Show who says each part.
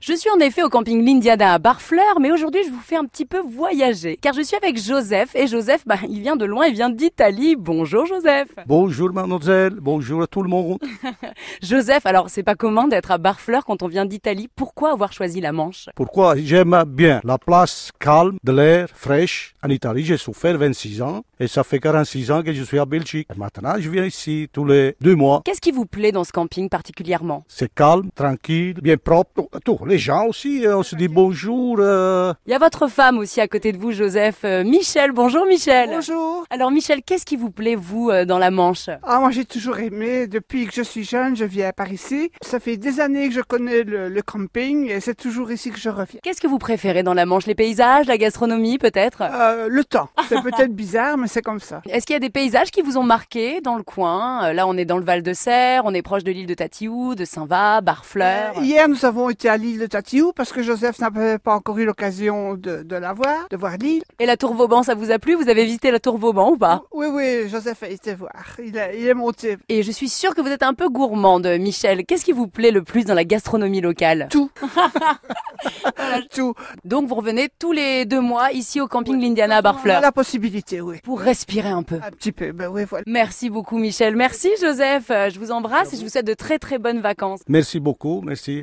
Speaker 1: Je suis en effet au camping L'Indiana à Barfleur, mais aujourd'hui je vous fais un petit peu voyager, car je suis avec Joseph, et Joseph, bah, il vient de loin, il vient d'Italie. Bonjour Joseph
Speaker 2: Bonjour mademoiselle, bonjour à tout le monde.
Speaker 1: Joseph, alors c'est pas commun d'être à Barfleur quand on vient d'Italie, pourquoi avoir choisi la Manche
Speaker 2: Pourquoi j'aime bien la place calme, de l'air fraîche en Italie. J'ai souffert 26 ans et ça fait 46 ans que je suis à Belgique. Et maintenant je viens ici tous les deux mois.
Speaker 1: Qu'est-ce qui vous plaît dans ce camping particulièrement
Speaker 2: C'est calme, tranquille, bien propre. Tout, les gens aussi, euh, on se dit bonjour. euh,
Speaker 1: Il y a votre femme aussi à côté de vous, Joseph, euh, Michel. Bonjour Michel
Speaker 3: Bonjour.
Speaker 1: Alors Michel, qu'est-ce qui vous plaît, vous, euh, dans la Manche
Speaker 3: Ah, moi j'ai toujours aimé. Depuis que je suis jeune, je viens par ici. Ça fait des années que je connais le, le camping et c'est toujours ici que je reviens.
Speaker 1: Qu'est-ce que vous préférez dans la Manche Les paysages, la gastronomie peut-être
Speaker 3: Euh, le temps. C'est peut-être bizarre, mais c'est comme ça.
Speaker 1: Est-ce qu'il y a des paysages qui vous ont marqué dans le coin Euh, Là, on est dans le Val de Serre, on est proche de l'île de Tatiou, de Saint-Va, Barfleur.
Speaker 3: Euh, hier, nous avons été à l'île de Tatiou parce que Joseph n'avait pas encore eu l'occasion de, de la voir, de voir l'île.
Speaker 1: Et la Tour Vauban, ça vous a plu Vous avez visité la Tour Vauban ou pas
Speaker 3: Oui, oui, Joseph a été voir. Il, a- il est monté.
Speaker 1: Et je suis sûre que vous êtes un peu gourmande, Michel. Qu'est-ce qui vous plaît le plus dans la gastronomie locale
Speaker 3: Tout. Tout.
Speaker 1: Donc, vous revenez tous les deux mois ici au camping L'Indiana à
Speaker 3: On a
Speaker 1: Barfleur
Speaker 3: la possibilité, oui.
Speaker 1: pour respirer un peu.
Speaker 3: Un petit peu. Ben oui, voilà.
Speaker 1: Merci beaucoup, Michel. Merci, Joseph. Euh, Je vous embrasse et je vous souhaite de très très bonnes vacances.
Speaker 2: Merci beaucoup, merci.